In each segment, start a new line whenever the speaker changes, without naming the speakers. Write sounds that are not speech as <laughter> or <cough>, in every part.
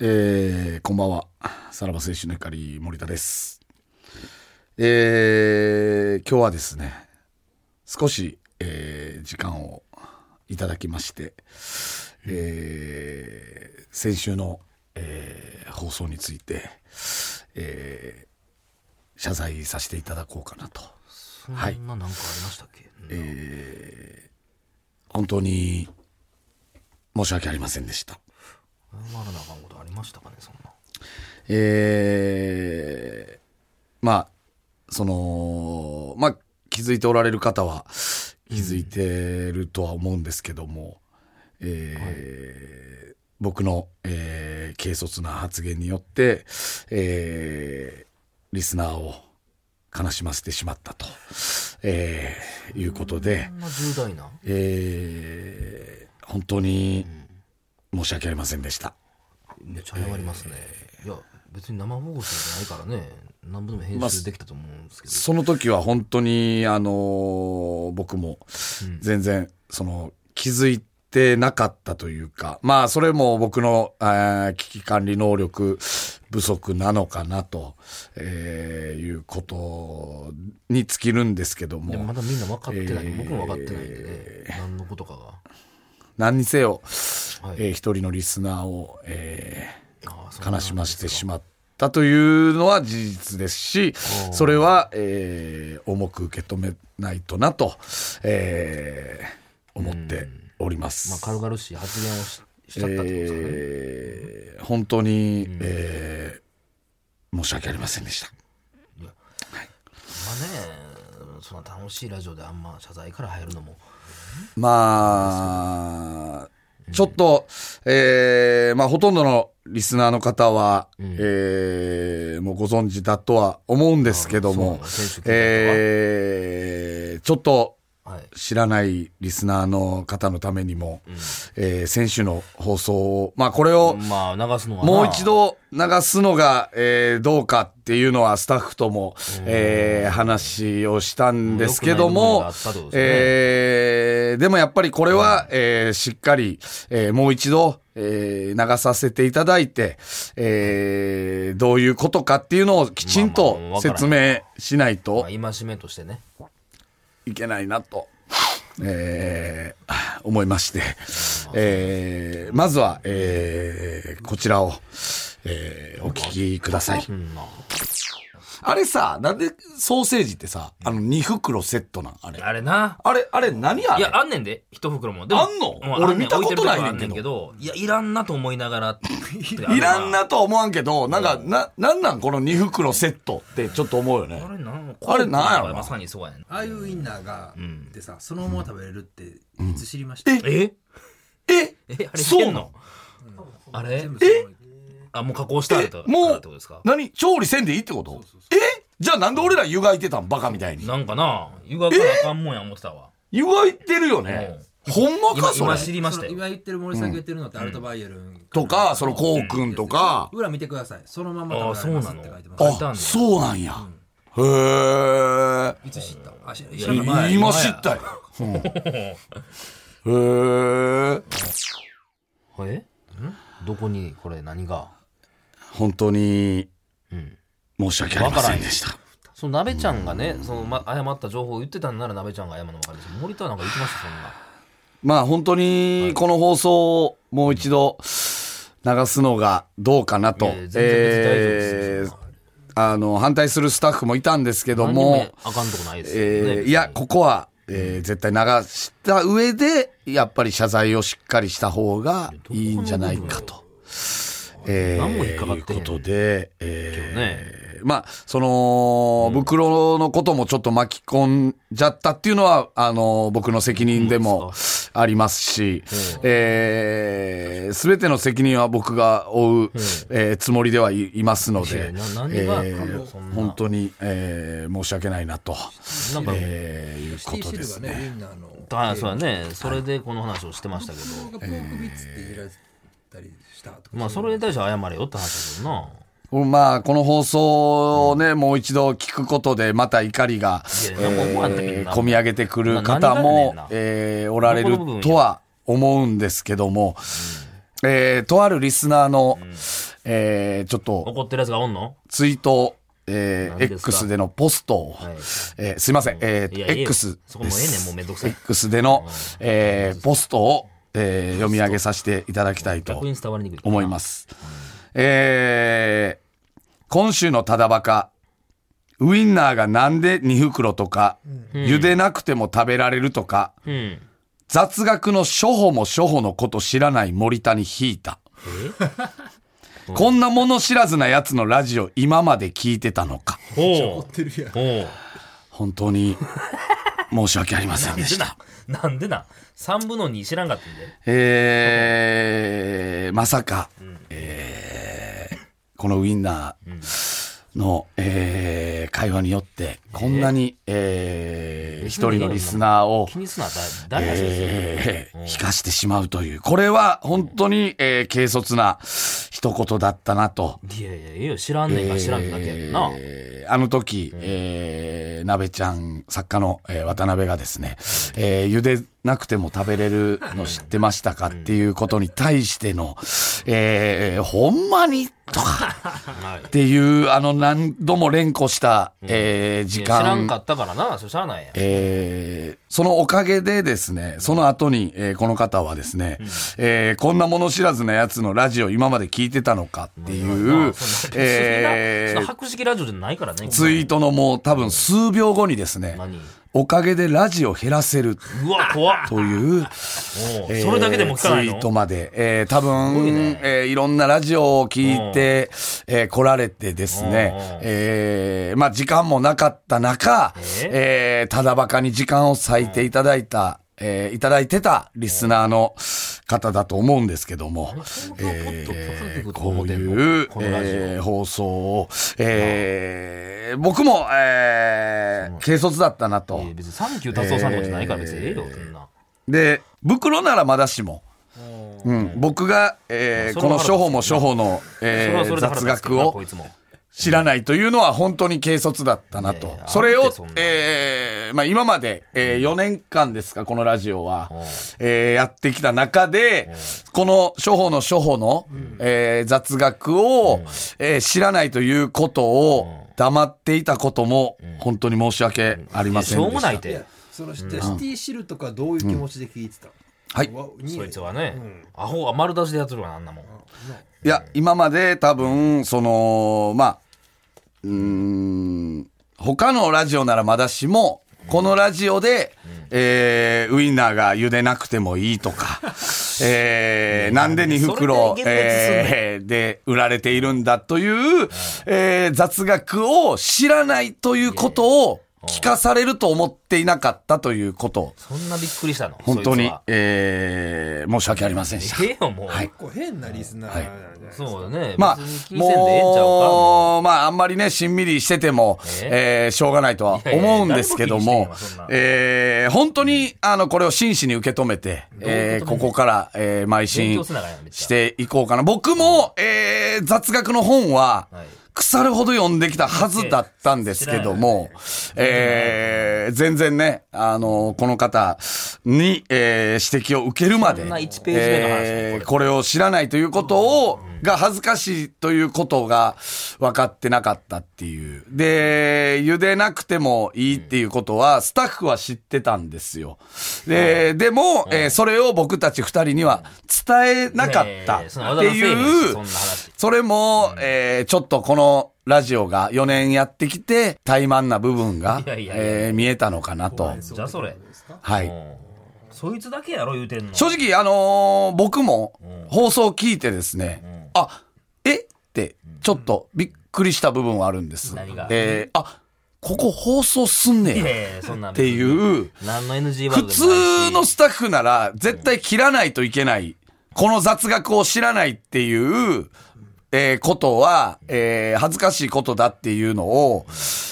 えーこんばんは。さらば青春の光森田です。えー今日はですね、少し、えー時間をいただきまして、えー先週の、えー放送について、えー謝罪させていただこうかなと。
そんななんかありましたっけ、え
本当に申し訳ありませんでした。
謝らなあかんことありましたかねそんな
えーまあ、その、まあ、気づいておられる方は気づいてるとは思うんですけども、えー僕の、えー軽率な発言によって、えーリスナーを悲しませてしまったと、えーいうことで
そ、んな重大な
えー本当に申し訳ありませんでした。
めっちゃ謝りますね、いや別に生放送じゃないからね何部でも編集できたと思うんですけど、
その時は本当に、あのー僕
う
も
ん
全然、その、気づいてなかったというか、まあ、それも僕の、えー危機管理能力不足なのかなと、えーいうことに尽きるんですけど
でもまだ
も、
みんな分かってない、
えー
僕も分かってないんでね何のことかが、
何にせよ、
はい
えー一人のリスナーを、えー
ああそんな
悲しませてしまったというのは事実ですし、
おー
それは、えー重く受け止めないとなと、えー思っております。
まあ軽々しい発言をししちゃったってことですかね、
えー本当に、えー申し訳ありませんでした。
いやまあねそんな楽しいラジオであんま謝罪から入るのも
まあ、ちょっと、えーまあ、ほとんどのリスナーの方は、えーもうご存知だとは思うんですけども
あそう選手、権
えーちょっと
はい
知らないリスナーの方のためにも、えー選手の放送を、まあ、これを、
まあ流すのはな
もう一度流すのが、えーどうかっていうのはスタッフとも、えー話をしたんですけど
良くない部分があ
も
ったってことですね
えーでもやっぱりこれは、えーしっかり、えーもう一度、えー流させていただいて、えーどういうことかっていうのをきちん
まあまあ
と
わからん
説明しない
まあ、
と
戒めとしてね
いけないなと、えー思いまして、えーまずは、えーこちらを、えーお聞きください。
うんまあ
あれさ、なんでソーセージってさ、あの2袋セットなんあれ。
あれな
あれ、あれ何あ
い
れ
や、あんねんで、一袋も。でも
あんの
う
俺
あんね
見たこ
置
と
てる
ないねんけど
あど。いや、いらんなと思いながら。
<laughs> いらん。なとは思わんけど、なんか、な、なんなんこの2袋セットってちょっと思うよね
あ。れなん
あれなんやろな
まさにそうやねん。
ああいうウインナーが、でさそのまま食べれるっていつ知りました、
え
え
えあれそ
そうな
う
の
のあれ
全部その
あ、もう加工した
え
と
も
って
う
ことですか
何調理せんでいいってことえじゃあなんで俺ら湯がいてたんバカみたいに。
なんかな、湯がくなあかんもんや思ってたわ。
湯がいてるよね。ほんま
今、
かそれ
今。知りました
その
よ。
今言ってる森さんが言ってるのってアルトバイエルン
とか、そのこうくんとか。
裏見てくださいそのまま
ああ、
食
そ
べ
うな
られますっ
の
て書いてま。す
書いてあんね
あ、
ん
そうなんや。へえ。
いつ知ったあ知ら
いや
なかった
や
え今知ったよ。うんへえ。
えんどこに、これ何が
本当に
うん。
申し訳ありませんでした。
その鍋ちゃんがね、その、ま、誤った情報を言ってたんなら鍋ちゃんが謝るの分かるんですけど、森田なんか言ってました、そんな。
まあ本当にこの放送をもう一度流すのがどうかなと。
いやいや全然別に大丈夫ですよ
えーあの、反対するスタッフもいたんですけど
何にも
も、
あかんとこないですよね、
えーいや、ここは、えー絶対流した上で、やっぱり謝罪をしっかりした方がいいんじゃないかと。えー
何も引っかかってへん
いうことで、えー
ね
まあ、その、袋のこともちょっと巻き込んじゃったっていうのは、あの、僕の責任でもありますし、えすべての責任は僕が負う、えーつもりではい、いますの
いや
で、
な何
え
が
ー
そんな
本当に、えー申し訳ないなと、
なんか、
えーいう
シテ
こ
ィ
と
シ
で
ル
す
が
ね。
ねウインナーの
あそうやねそれでこの話をしてましたけど、
ポークビッツって入れられたりしたとか
まあそれに対して謝れよって話だけどな
まあ、この放送をね、もう一度聞くことで、また怒りが、
いやいやもうもうあんたみんな
えー込み上げてくる方
まあ何がやね
も
んな、
えーおられるとは思うんですけども、えーとあるリスナーの、えーちょっと
怒ってるやつがおんの
ツイート、え
何
ー、
ですか
X でのポストを、
はい
えーすいません、えー
いやいいよ
X
そこもうええねんもうめんどくさい
X での
うん、
えーポストを、えー読み上げさせていただきたいと
逆に伝わりにくい
思います。えー今週のただバカ、ウインナーがなんで2袋とか、茹でなくても食べられるとか、
うんえ
雑学の初歩も初歩のこと知らない森田に引いた。 <laughs> こんなもの知らずなやつのラジオ今まで聞いてたのか。
おう
ってるやん。
おう
本当に申し訳ありませんでし
で
た
<laughs> な。なんでな3分の2知らんかったんで
えー、まさか、えーこのウインナーの、えー会話によって、こんなに、えー一人のリスナーを、
気にすなだ誰がそうです
えー引かしてしまうという。これは本当に、えー軽率な一言だったなと。
いやいやいやよ知らんねんから知らんだけやんな
えーあの時、えー、鍋ちゃん、作家の、えー渡辺がですね、えー茹でなくても食べれるの知ってましたかっていうことに対しての、えーほんまに
<laughs>
とか
はい
っていう、あの何度も連呼した、えー
い
時
や知らん
間
かったからなそれしゃあないやん
えーそのおかげでですね、その後に、えーこの方はですね、えーこんなもの知らずなやつのラジオ今まで聞いてたのかっていう、え
<laughs> え
ー
白色ラジオじゃないからね
ツイートのもう多分数秒後にですね、
何
おかげでラジオ減らせる
うわ怖っ
<laughs> という、
おう
えー
それだけでも聞かない
ツイ
の
ートまで、えー多分、
ごい
い
ね
えーいろんなラジオを聞いて、えー来られてです
うんうん
ね、えーまあ時間もなかった中、
えー
えーただバカに時間を割いていただいた、えーいただいてたリスナーの方だと思うんですけども、えーこういう、
このラジオ
えー放送を、えー僕も、えー軽率だったなと。
いや別にサンキュー達夫さんのことないから別にええよそんな
で、袋ならまだしも。うん、僕が、えー
それ
こ
は
の初歩も初歩の、
そ
え
れは
ー
それで腹
雑
立つけど
学
な
を
こいつも
知らないというのは本当に軽率だったない
や
と
い。や
それ
あるっ
を
てそんな、
えーまあ今まで、え4年間ですか、このラジオは
ん、
えーやってきた中で、この初歩の初歩の、えー雑学を、えー知らないということを黙っていたことも、本当に申し訳ありま
いやし
せんでし
ょう
た。
もないっ
い
て
や、その、シティシルとかどういう気持ちで聞いてたの
はい。
わ
そいつは
う
ね
ん
アホが丸出しでやってるからあんなもん
いや、今まで多分、その、まあ、うーん、他のラジオならまだしも、このラジオで、えーウインナーが茹でなくてもいいとか、えーなんで2
そ、
袋
れで
えーで売られているんだという、えー雑学を知らないということを聞かされると思っていなかったということ、
そんなびっくりしたの
本当
そい
に
つは、
えー申し訳ありませんでした。
ええよもう
結構変なリスナーなんじゃないですか。
そうだね
まあ
別に、気にせんでええんちゃうかもう
もう、まあ、あんまりね、しんみりしてても、
え
えーしょうがないとはい
やいや
思うんですけど
誰も
も
気にしてんわそんな、
えー本当に、あの、これを真摯に受け止めて、えーここから、えー邁
勉
進
強せなあかんやんめっちゃ
していこうかな。僕も、えー雑学の本は
はい、
腐るほど読んできたはずだったんですけども、えー全然ね、あの、この方に、えー指摘を受けるまで
そんな1ページ目の話
えーこれを知らないということを、が恥ずかしいということが分かってなかったっていう。で、茹でなくてもいいっていうことは、スタッフは知ってたんですよ。で、でも、えーそれを僕たち二人には伝えなかったっ
ねえ
て
そんなわざわざせえへん
い
し
う
そんな話、
それも、えーちょっとこのラジオが4年やってきて、怠慢な部分が、
いやいやいやいや
えー見えたのかなと。
じゃあそれ
は
う
い。
んそいつだけやろ言うてんの
正直、あのー僕も
うん
放送を聞いてですね、あ、えって、ちょっとびっくりした部分はあるんです。
何が
えーあ、ここ放送すんね
い
や
や
っ
いやそんな
ていう、
何の NG ワードでも
普
ないし
通のスタッフなら絶対切らないといけない。この雑学を知らないっていう、えーことは、えー恥ずかしいことだっていうのを、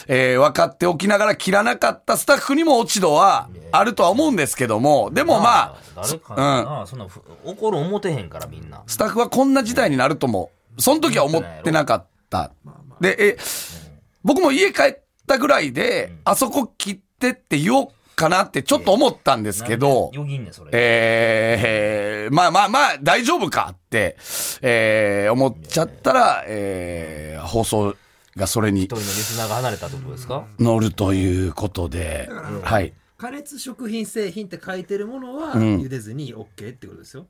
えー分かっておきながら切らなかったスタッフにも落ち度はあるとは思うんですけども、でもまあ、
誰かな、そんなふ怒る思てへんからみんな
スタッフはこんな事態になるとも、その時は思ってなかった。で、え、僕も家帰ったぐらいで、あそこ切ってって言おうかなってちょっと思ったんですけど、
よぎんねんそれ。
えー、まあまあまあ、大丈夫かって、えー、思っちゃったら、えー、放送がそれに
一人のリスナーが離れたってことですか
乗るということで、はい、
加熱食品製品って書いてるものは
ん
茹でずに OK ってことですよ。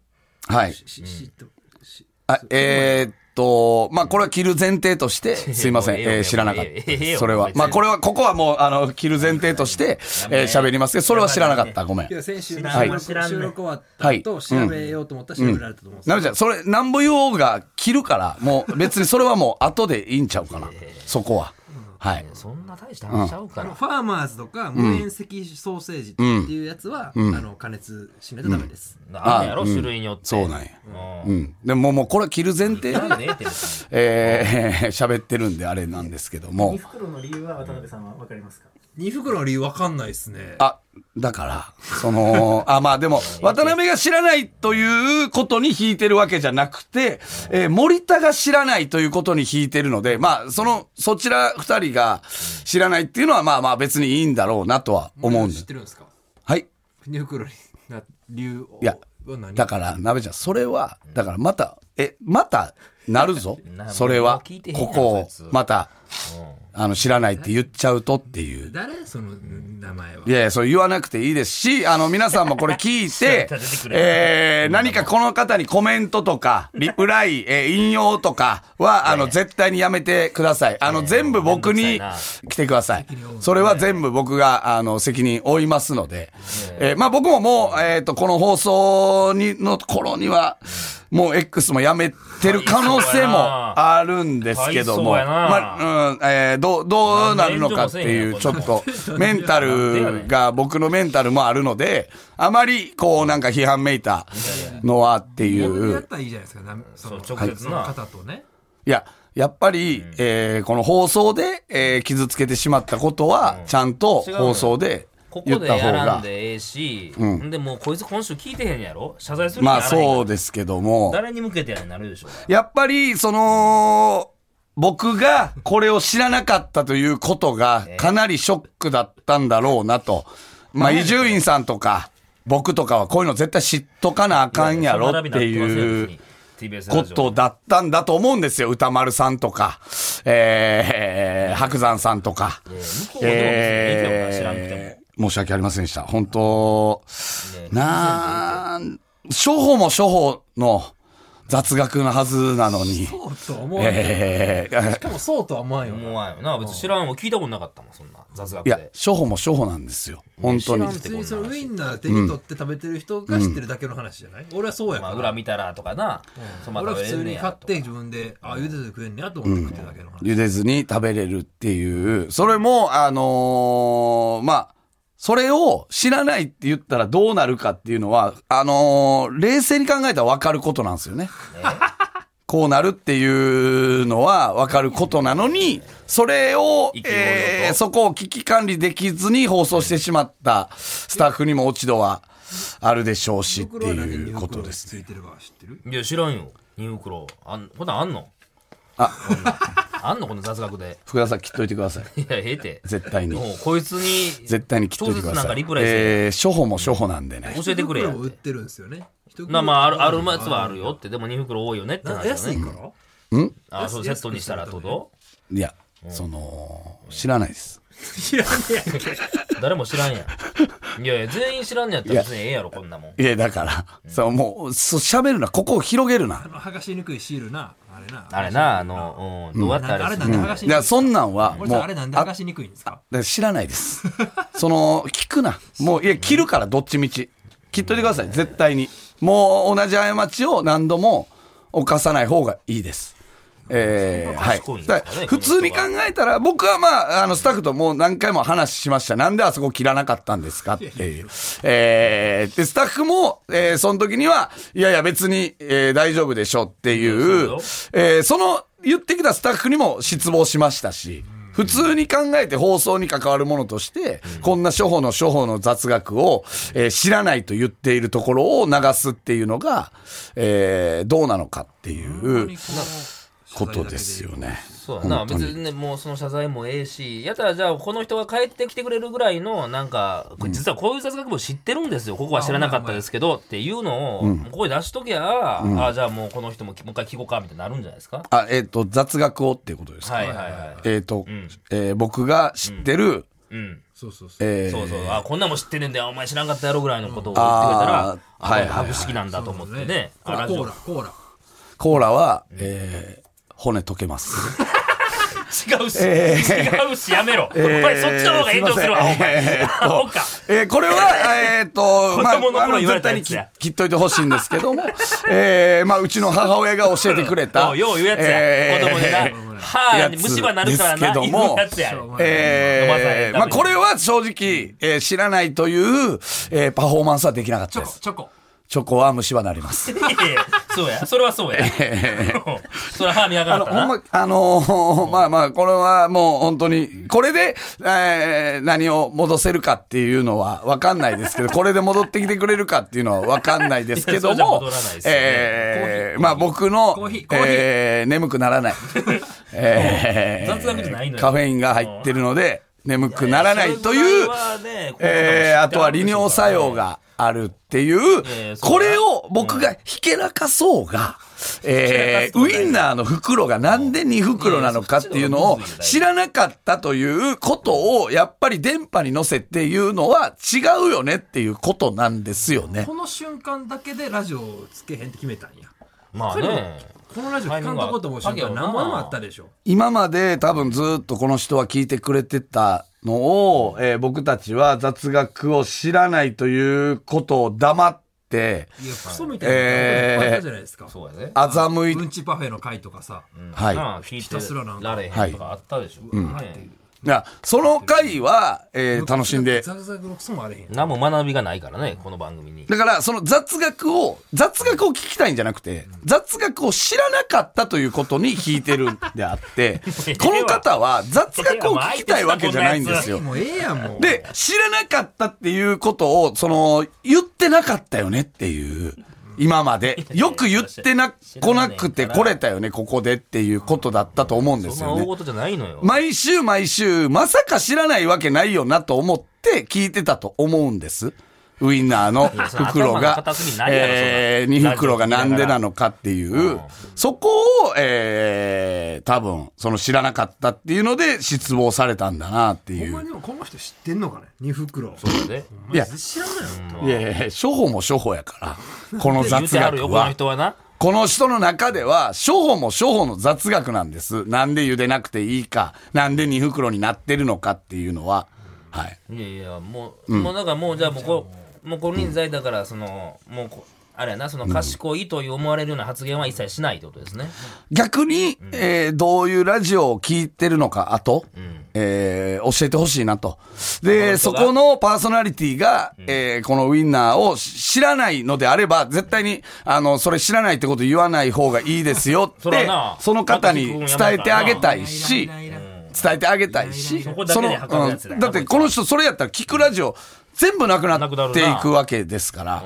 はい。
しししとし
あえーっと、まあ、これは着る前提として、すいません、
いやいや
えー知らなかった
いやいやいやい
で
や
す。それは
別。に
まあ、これは、ここはもう、あの、着る前提として、えー喋りますけど、それは知らなかった。ごめん
い。や先週
知
の
ら
ん
収
はい
録収録終わったと調べようと思ったら調べられたと思うんです
な
よ
べちゃん、それ、なんぼ言おうが着るから、もう別にそれはもう後でいいんちゃうかな。そこは。はい。
そんな大した話しちゃうか
あの
ら。
ファーマーズとか無塩石ソーセージっていうやつは、あの加熱しないとダメです、
あんや
あ
ろ
うん
種類によって。
そうなんや。
う。
うんん。でも、もうこれは着る前提で
な、んでええって別に
えー喋ってるんであれなんですけども
二。袋の理由は渡辺さんはわかりますか
二袋の理由わかんないですね
あ、だから、その、あ、まあ
<laughs>
でも、渡辺が知らないということに引いてるわけじゃなくて、えー森田が知らないということに引いてるので、まあ、その、そちら二人が知らないっていうのは、まあまあ別にいいんだろうなとは思うんで
知ってるんですか
はい。
二袋にな理由を
いや
は何
だから、なべちゃん、それは、だからまた、え、また、なるぞ
<laughs> な。
それ
も
は
う聞いてへ、んや
こ
ん
こを
そいつ、
また、
うん
あの、知らないって言っちゃうとっていう。
誰その名前はい
やいや、それ言わなくていいですし、あの、皆さんもこれ聞いて
<laughs> そう出てく、れ
えー、何かこの方にコメントとか、リプライ、えー引用とかは、あの、絶対にやめてください。あの、全部僕
めん
に
どくさ
来てください。それは全部僕が、あの、責任負いますので、えーまあ僕ももう、えっと、この放送に、の頃には、もう X もやめてる可能性もあるんですけども、
かわいそうやな
まあ、うん、えーどう、どうなるのかっていう、ちょっと、 <laughs> メンタルが、僕のメンタルもあるので、あまり、こう、なんか批判めいたのはってい
僕や
う。
ったらいいじゃないですかなその
そう直接
そ
な
の方とね
いや、やっぱり、えーこの放送で、えー傷つけてしまったことは、ちゃんと
違うよ
放送で
ここ
言っ
で
た方
やらん
が。
でええし、でもうこいつ今週聞いてへんやろ謝罪する
まあ、そう
う
ですけども。
誰に向けてやねんなるでしょ
やっぱり、その、僕がこれを知らなかったということが、かなりショックだったんだろうなと。まあ、伊集院さんとか、僕とかはこういうの絶対知っとかなあかんやろっていう。ことだったんだと思うんですよ。歌丸さんとか、えー、白山さんとか。
えー向こうはでも別にいいけどな知らんくても
えー申し訳ありませんでした。本当、なあ、処方も処方の雑学のはずなのに。
そうとは思わない、
えー
しかもそうとは思わんよ
思わんよな別に知らんも聞いたことなかったもんそんな雑学
い
で
や、処方も処方なんですよ。本当
知
に
ら。ん
別にそのウインナー手に取って食べてる人が知ってるだけの話じゃない、俺はそうやか
まあ、
ら、
裏見たらとかな、その
俺
ま
は
た
普通
ええね
に
や
買っ
と
て自分であ茹でて食えんねやと思って食ってるだけの話、
茹でずに食べれるっていう。それも、あのーまあ、それを知らないって言ったらどうなるかっていうのは、あのー冷静に考えたら分かることなんですよね。こうなるっていうのは分かることなのに、それを、
意気揚々と
えーそこを危機管理できずに放送してしまったスタッフにも落ち度はあるでしょうしって
袋は何
い
に
う
袋
ことです。
ついてるか知ってる
いや知らんよニュークロあんこんなんあんの
あ
こんなんあんのこの雑学で
福田さん切っといてください。
いやええて
絶対に。
もうこいつに
絶対に切っといてくだ
超絶なん
さ
か
い
リプ。ライして
えー、処方も処方なんでね。
教えてくれや
一袋を売ってるんですよね一袋
なまああるあるやつはあるよってでも2袋多いよねって
な
話だ
安い
ね
から
あそうセットにしたらってこと
いや、その、知らないです。
知らねえやんけ
誰も知らんやんいやいや全員知らんのやったら別にええやろこんなもん
いや、だから、そう、もう、そう、喋るな、ここを広げるな
あ。 <laughs> の剥がしにくいシールなあれな
あれなあのうんどうやって
あ
あれ
れな
する
んで
の
剥がし
い
にくい
や、そんなんは、
これ
もう、
さ
あ
あれなんで
だ
剥
か
がしにくいんですから
知らないです。 <laughs> その、聞くな。もう、いや、切るから、どっちみち。切っといてください、絶対に。もう、同じ過ちを何度も犯さない方がいいです。えー、はい
賢いん。ですか
だ
ね
から普通に考えたら、僕はまあ、あの、スタッフともう何回も話しました。なんであそこ切らなかったんですかっていう。えー、で、スタッフも、えー、その時には、いやいや別に、えー大丈夫でしょっていう、えーその言ってきたスタッフにも失望しましたし、普通に考えて放送に関わるものとして、こんな処方の処方の雑学を、えー知らないと言っているところを流すっていうのが、えーどうなのかっていう。
この
ことですよね。
そうやな
本当に
別にねもうその謝罪もええしやったらじゃあこの人が帰ってきてくれるぐらいのなんかこれ実はこういう雑学も知ってるんですよここは知らなかったですけどっていうのをここで出しときゃ、あじゃあもうこの人もきもう一回聞こうかみたいになるんじゃないですか
あ、えっ、と、雑学をっていうことですか。
はいはいは
えっ、と、えー僕が知ってる、
いうん
そうそうそう。
えー
そうそうあこんなんも知ってるんだよお前知らんかったやろぐらいのことを言ってくれたら、
あー
あ
はいはいはい
博識なんだと思ってね
コ
あ
ーラ、
ラジ
コ
オ
ーラ、コーラ。
コーラは、えー骨溶けます。
違うし、
え
<laughs> 違うしやめろ、お前そっちの方が炎上するわお前、そうか
えーこれは、
<laughs>
えーっと、まあ、
子供の
あ
頃
の、
言われ
絶
た
対
や
に
つ
切
や
切っといてほしいんですけども、 <laughs> えー、まあ、うちの母親が教えてくれた。
おうよう言うやつや、
えー
子供でな歯
や
に
つ
虫歯なるからな
ですけども
言うやつや
えー
飲まさへんために
まあ、これは正直、えー知らないという、えーパフォーマンスはできなかっ
チ
た
ョ
で
コ、
す。
チョコ。
チョコは虫歯なります。
いやいやそうやそれはそうやそれは歯磨
あ
かな
の、
かったな
ほんま、あのーまあまあ、これはもう本当に、これで、えー何を戻せるかっていうのはわかんないですけど、これで戻ってきてくれるかっていうのはわかんないですけ
い
ど
や <laughs> そ
も
れじゃ戻らないで、すよね
えーまあ僕の
コーヒー、コーヒー
えー眠くなら
<laughs>
ない、え
雑学じゃないのよ
カフェインが入ってるので、眠くならないとい
それ
う、
ぐらいはね
えーあとは利尿作用があるっていう
えー、そうだ
これを僕がひけらかそうが、え
ひけらか
ー
そう
ウ
がね
インナーの袋がなんで2袋なのかっていうのを知らなかったということを、やっぱり電波に乗せて言うのは違うよねっていうことなんですよね。
<laughs> この瞬間だけでラジオをつけへんって決めたんや。
まあね
このラジオ聞かんとことも瞬間何万もあったでしょ。
<laughs> 今まで多分ずっとこの人は聞いてくれてたのを、えー僕たちは雑学を知らないということを黙って、
いや、クソみたいなのいっぱいあったじゃないですか。
そうやね
欺い
うんちパフェの回とかさ。
はい。
なあ聞い
ひたすらなん
て
から
れへんとかあったでしょ、ね
いや、その回は、えー楽しんで。
ザクザクのクソもあれへん。
何も学びがないからねこの番組に
だから、その雑学を、雑学を聞きたいんじゃなくて、雑学を知らなかったということに聞いてるんであって、この方は雑学を聞きたいわけじゃないんですよ。
もうええやん、もう。
で、知らなかったっていうことを、その、言ってなかったよねっていう、今まで。よく言ってな、来なくて来れたよね、ここでっていうことだったと思うんです
そんな
よ
大。
ね
事じゃないのよ、
毎週毎週、まさか知らないわけないよなと思って聞いてたと思うんです。ウインナーの
いやそれ
袋
頭の
が
片隅に、ないやろそんな
えー、2袋がなんでなのかってい
うん
う、そこを、えー、多分、その知らなかったっていうので失望されたんだなって
ほ
い
んま
う。
にでもこの人知ってんのかね ?2 袋。
そうやで
いや、
知らんのよ。
いやいやいや、処方も処方やから、この
言う
雑
てあるよ
学
この
は。
人はな
この人の中では、処方も処方の雑学なんです。なんで茹でなくていいか、なんで2袋になってるのかっていうのは、はい。
いやいやもう、もうだからもうじゃあもうこもうこの人材だからその、もうこあれやなその賢いという思われるような発言は一切しないってことですね、
逆に、えーどういうラジオを聞いてるのか、あと、えー教えてほしいなと。で、
こ
そ
の人が
このパーソナリティが、えーこのウインナーを知らないのであれば、絶対に、あの、それ知らないってこと言わない方がいいですよっ
<laughs> そら
て
な、
その方に伝えてあげたいし、
いらんいらんいらん
伝えてあげたいし、
そこだけで測るやつだよ
うんだってこの人それやったら聞くラジオ全部なくな
なくなる
っ
な
ていくわけですから、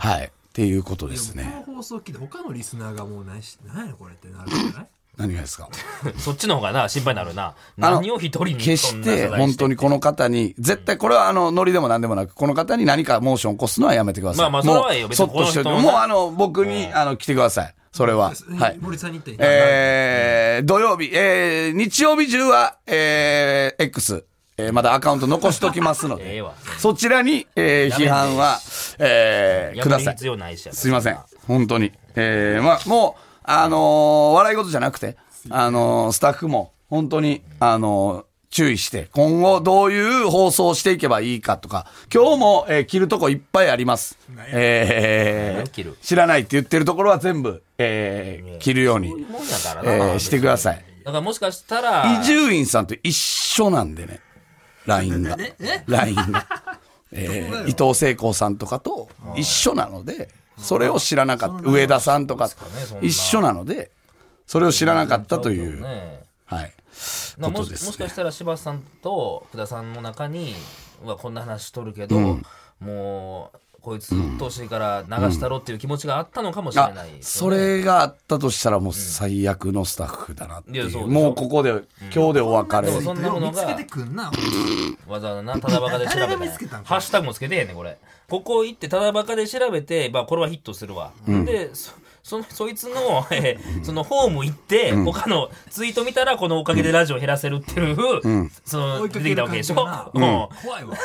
はい。っていうことです
いや
ね。
この放送聞いて他のリスナーがもう何し、何やこれってなるんじゃない
何がですか
そっちの方がな心配になるな
あの
何を一人に
決して、本当
に
にこの方に、絶対これはあの、ノリでも何でもなく、この方に何かモーション起こすのはやめてください。
まあまあそれはいいよ
もう
別
そ
に
っとしておいて
この人
も
は
うあの、僕に、あの、来てください。それは。はい。
森さんに言って
えー、土曜日、えー、日曜日中は、えー、X、えー、まだアカウント残しときますの
<laughs> ええ
で
わ、
そちらに、えー、
やめて
批判は、えー、
や
く
め
だ
る
さい
必。要ないし
すいません。本当に。えー、まあ、もう、あのー笑い事じゃなくて、あのースタッフも、本当に、あのー注意して、今後どういう放送をしていけばいいかとか、今日も、えー着るとこいっぱいあります。え
着る
ー、知らないって言ってるところは全部、えー、着るように、
もんやからな、
えー、してください。
だからもしかしたら
伊集院さんと一緒なんでね、LINE が。LINE
<laughs>
が。えー伊藤聖光さんとかと一緒なので、それを知らなかった。上田さんとか
そんな
一緒なので、それを知らなかったとい
ね
う、
え
はい。
な
こ
も
と
し
ですね
もしかしたら柴田さんと福田さんの中にはこんな話しとるけど、もうこいつ鬱陶しいから流したろっていう気持ちがあったのかもしれない、
それがあったとしたらもう最悪のスタッフだなっていう,、
いやそう
もうここで今日でお別れ、
でもそんなもの
見つけ
が
てくんな。
わざわざな、ただバカで調べて
誰が
ね。
見つけたんか
ハッシュタグもつけてへんねんこれ。ここ行ってただバカで調べて、まあ、これはヒットするわ。で、そ、その、そいつの、えーその、ホーム行って、他のツイート見たら、このおかげでラジオ減らせるっていう、その、
追い
出
か
てき
け
た
る
わけで
感
し
じ
ょ
だな。
う
怖いわ。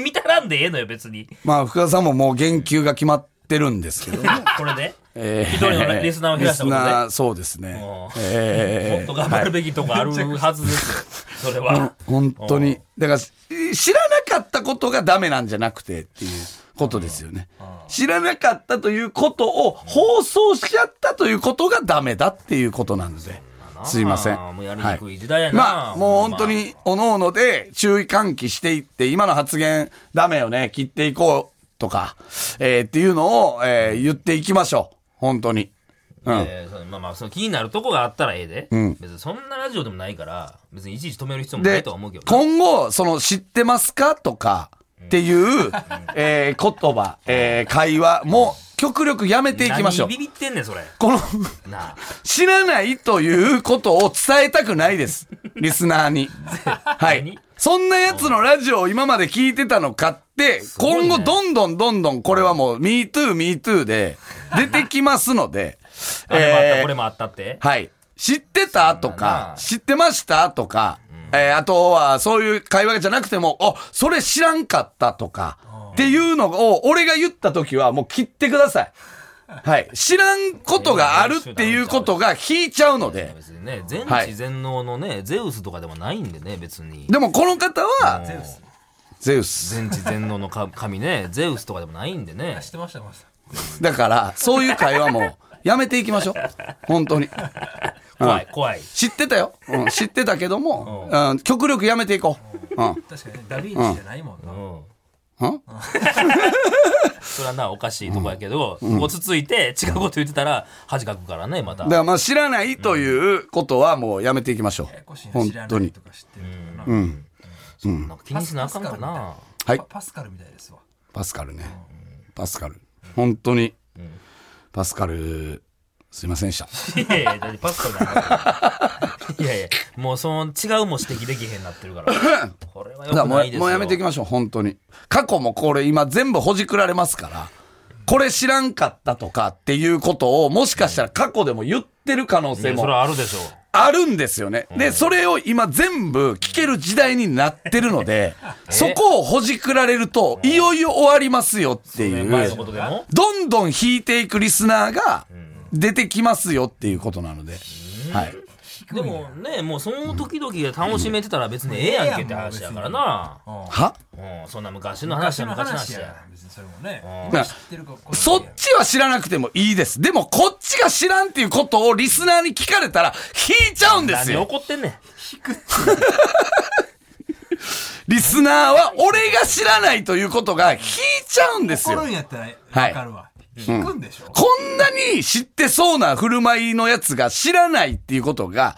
ん。見たらんでええのよ、別に。
まあ福田さんももう言及が決まってるんですけどね
これで。
えー
一人のリスナーを減らしたことね
リスナーそうですね
もう
えー
もっと頑張るべきとこあるはずですよ。それは。
本当に。だから、し知らなかったことがダメなんじゃなくてっていうことですよね。知らなかったということを放送しちゃったということがダメだっていうことなので。すいません。
もうやりにくい時代やな
まあ、もう本当に、おのおので注意喚起していって、今の発言ダメよね、切っていこうとか、えーっていうのを、えー言っていきましょう。本当に。うん。
えーそのまあまあその気になるとこがあったらええで、
ん
別にそんなラジオでもないから別にいちいち止める必要もない
で
とは思うけど、ね、
今後、その知ってますかとかっていう、えー言葉、えー会話も極力やめていきましょう
何。ビビってんねんそれ
この、
なあ
知らないということを伝えたくないです。リスナーに。はい
何。
そんなやつのラジオを今まで聞いてたのかって、
ごい
今
ね
後どんどんどんどんこれはもう MeToo、MeToo で出てきますので、
あれもあった、
えー
これもあったって、
はい。知ってたと
そうや
か
な、
知ってましたとか、えーあとはそういう会話じゃなくても、あ、それ知らんかったとか、っていうのを、俺が言った時はもう切ってください。はい。知らんことがあるっていうことが引いちゃうので。
別にね全
はい
知全能のね、ゼウスとかでもないんでね別に
でもこの方は、
ゼウ
ス
ゼウス。
全知全能のか神ねゼウスとかでもないんでね
<laughs> 知ってました、ました。
だから、そういう会話もやめてい
<laughs>
きましょう。本当に。
怖い
うん
怖い
知ってたよ。うん知ってたけども、うん極力やめていこう。うん。
確かにね、ダヴィンチじゃないもんな。
うん <laughs>
うん
それはなおかしいとこやけど、落ち着いて違うこと言ってたら恥かくからねまた
だからまあ知らないということはもうやめていきましょ。
ややこしいうな
本
知ら
当
ない
に
と。か知ってるとかな。
そんな気にしなあかんかな
はい
パ。パスカルみたいですわ。
パスカルね。パスカル。本当に。パスカル、すいませんでした。
いやいや、だってパスカルなんだ
<laughs>
からいやいや、もうその違うも指摘できへんなってるから。これは
だから
よく
も
ないです
う
よ
もうやめていきましょう、本当に。過去もこれ今全部ほじくられますから、これ知らんかったとかっていうことをもしかしたら過去でも言ってる可能
いや
性
それ
も
はあるでしょう。
あるんですよね。で、それを今全部聞ける時代になってる
<laughs>
ので、そこをほじくられると、いよいよ終わりますよってい
前
う
のことでも。
どんどん引いていくリスナーが出てきますよっていうことなので。はい。
でもね、もうその時々で楽しめてたら別にええやんけって話やからな。
は
うん、そんな昔の話や昔の話や。。
別にそれもね。
まあ
知ってるか、
そっちは知らなくてもいいです。でもこっちが知らんっていうことをリスナーに聞かれたら引いちゃうんです
何
よ。
怒ってんねん。
リスナーは俺が知らないということが引いちゃうんです
怒
よ
るん。やったら、
はい
わかるわ。引くんでしょ
こんなに知ってそうな振る舞いのやつが知らないっていうことが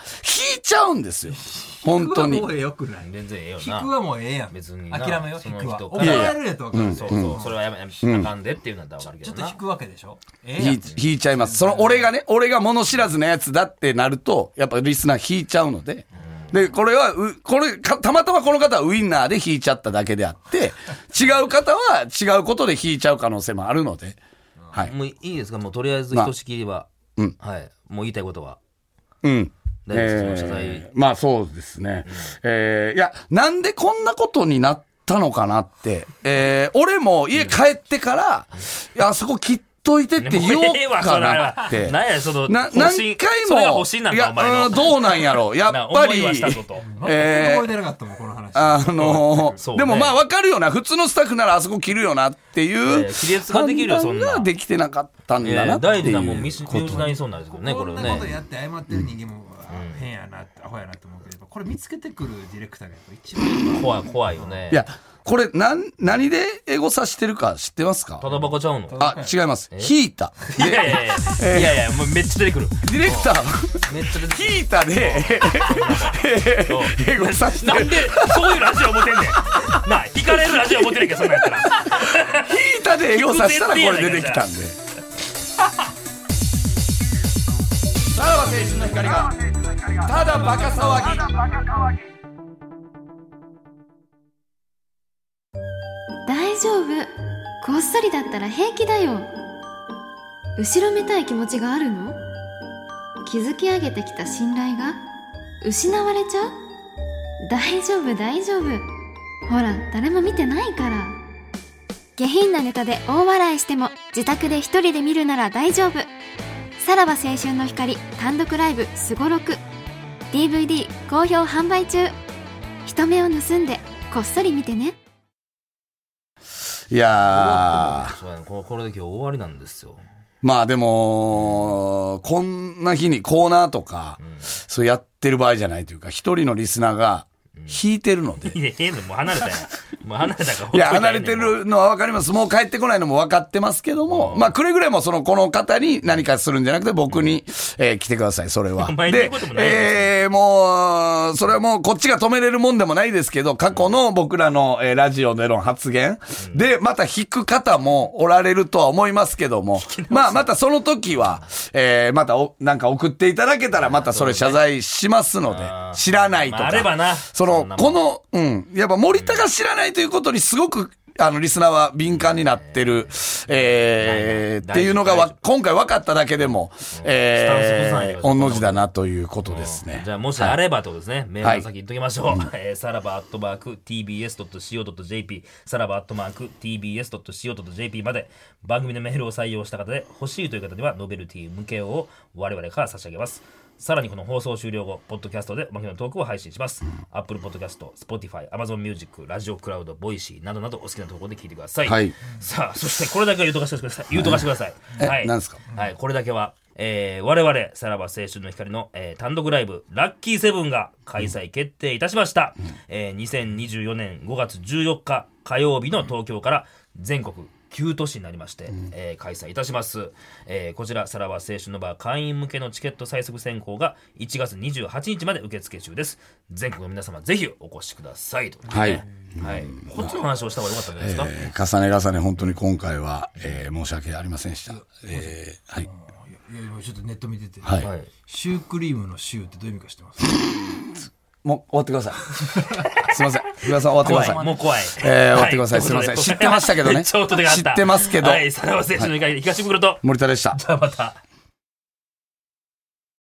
引いちゃうんですよ。本当に
引くは。もうよくない。
全然ええよ
引く
な。
はもうええやん。
別にな
諦めよう、
そ
引
の
くは。
人
怒
から
られるやとわかる。
そ
そうう
そう、それはやめ、やめあかんでっていうんだったらわかるけ
ちょ
ど
っと
な。
引くわけでしょええや
引い。
ん
引いちゃいます。その俺がね、俺が物知らずなやつだってなると、やっぱリスナー引いちゃうので。で、これは、うこれか、たまたまこの方はウインナーで引いちゃっただけであって、違う方は違うことで引いちゃう可能性もあるので。はい。
もういいですかもうとりあえずひとしきりは。
うん
はい。もう言いたいことは。
うん。
大丈夫ですか謝罪
えーまあそうですね。えーいや、なんでこんなことになったのかなって。えー俺も家帰ってから、いや、あそこ切っといてって言お
もうええ
う
わそ
か
れは <laughs>
なって。
何やその
な
保身
何回
それが
も
保身なん
い
だお前の
うんどうなんやろうや
<laughs>
っ
な
ぱ
思い
り
はしたぞと。
えー
全く覚えてなかったもん、この話。
あのー
そうね
でもまあわかるよな普通のスタッフならあそこ切るよなって
い
い
や
う
いや亀裂ができるよそんな
判断ができてなかったん
いや
だ
い
な
や
って
大事
い
なもん見
う
失見失いそうになるけどねこ
こ
れ
ん
を
なこと
ね
やって謝ってる人間もあ変やなってアホやなって思うけどこれ見つけてくるディレクターがやっぱ一番
怖い怖いよね
いやこれ、なん、何でエゴさしてるか知ってますか
ただバカちゃうの
あ、違います。ヒータ。
いやいやいやいやいやもうめっちゃ出てくる
ディレクター、
めっちゃ出てくる
ヒータで、 <laughs> エゴさして
な
る
ん。でそういうラジオ持てんねんなあ引かれるラジオ持てないけどそんなんやったら
ヒータでエゴさしたらこれ出てきたんで。さらば青春の光が、ただバカ騒ぎ。
大丈夫こっそりだったら平気だよ後ろめたい気持ちがあるの築き上げてきた信頼が失われちゃう大丈夫大丈夫ほら誰も見てないから下品なネタで大笑いしても自宅で一人で見るなら大丈夫さらば青春の光単独ライブすごろく DVD 好評販売中人目を盗んでこっそり見てね
いやー、
そうやねここれで今日終わりなんですよ
まあでも、こんな日にコーナーとか、そうやってる場合じゃないというか、一人のリスナーが引いてるので、
いや、ええの、もう離れたやん。もう離れたから。
いや、
<laughs>
離れて。るのは分かります。もう帰ってこないのも分かってますけども、まあ、くれぐれもその、この方に何かするんじゃなくて、僕に、えー来てください、それは
お。前に言うこともないですよ
えーもう、それはもう、こっちが止めれるもんでもないですけど、過去の僕らの、えーラジオでの発言、で、また引く方もおられるとは思いますけども、まあ、またその時は、えーまたお、なんか送っていただけたら、またそれ謝罪しますので
あ、ー
知らないとか。
まああればな
そ
そ
の
んな、もん
この、うん、やっぱ森田が知らないということにすごく、あの、リスナーは敏感になってる、え
大
ー、
丈夫
っていうのが
大
わ
丈、
今回分かっただけでも、
スタンス崩さない
え
よ
ー、御の字だなということですね
じゃ。あ、もしあればってことですね。メールの先言っときましょう。 <laughs> えーさらばアットマーク tbs.co.jp、さらばアットマーク tbs.co.jp まで、番組のメールを採用した方で、欲しいという方では、ノベルティ向けを我々から差し上げます。さらにこの放送終了後、ポッドキャストでおまけのトークを配信します。Apple Podcast、Spotify、Amazon Music、ラジオクラウド、ボイシーなどなどお好きなところで聞いてください。
はい
さあ、そしてこれだけは言うとかしてください。言うとかしてください。
え
はい。
何ですか
はい、これだけは、えー、我々、さらば青春の光の、えー単独ライブ、ラッキーセブンが開催決定いたしました。えー2024年5月14日火曜日の東京から全国9都市になりまして、えー開催いたします。えーこちら、さらば青春のバー会員向けのチケット最速選考が1月28日まで受付中です。全国の皆様、ぜひお越しくださいと、
はい
ねはい。こっちの話をした方が良かったんじゃないですか。
えー重ね重ね、本当に今回は、えー、申し訳ありませんでした。えー、はい。
いやいやちょっとネット見てて、
はい。
はい
シュークリームのシューってどういう意味か知ってます
もう、終わってください。 <laughs> すいません。岩田さん、終わって
怖
ください。
い。もう怖い。
えー終わってください
は
すいません
とうことで
知ってましたけどね
ちょっと手があった
知ってますけど
はい、さらば青春の光、東袋と、
森田でした。
じゃあまた。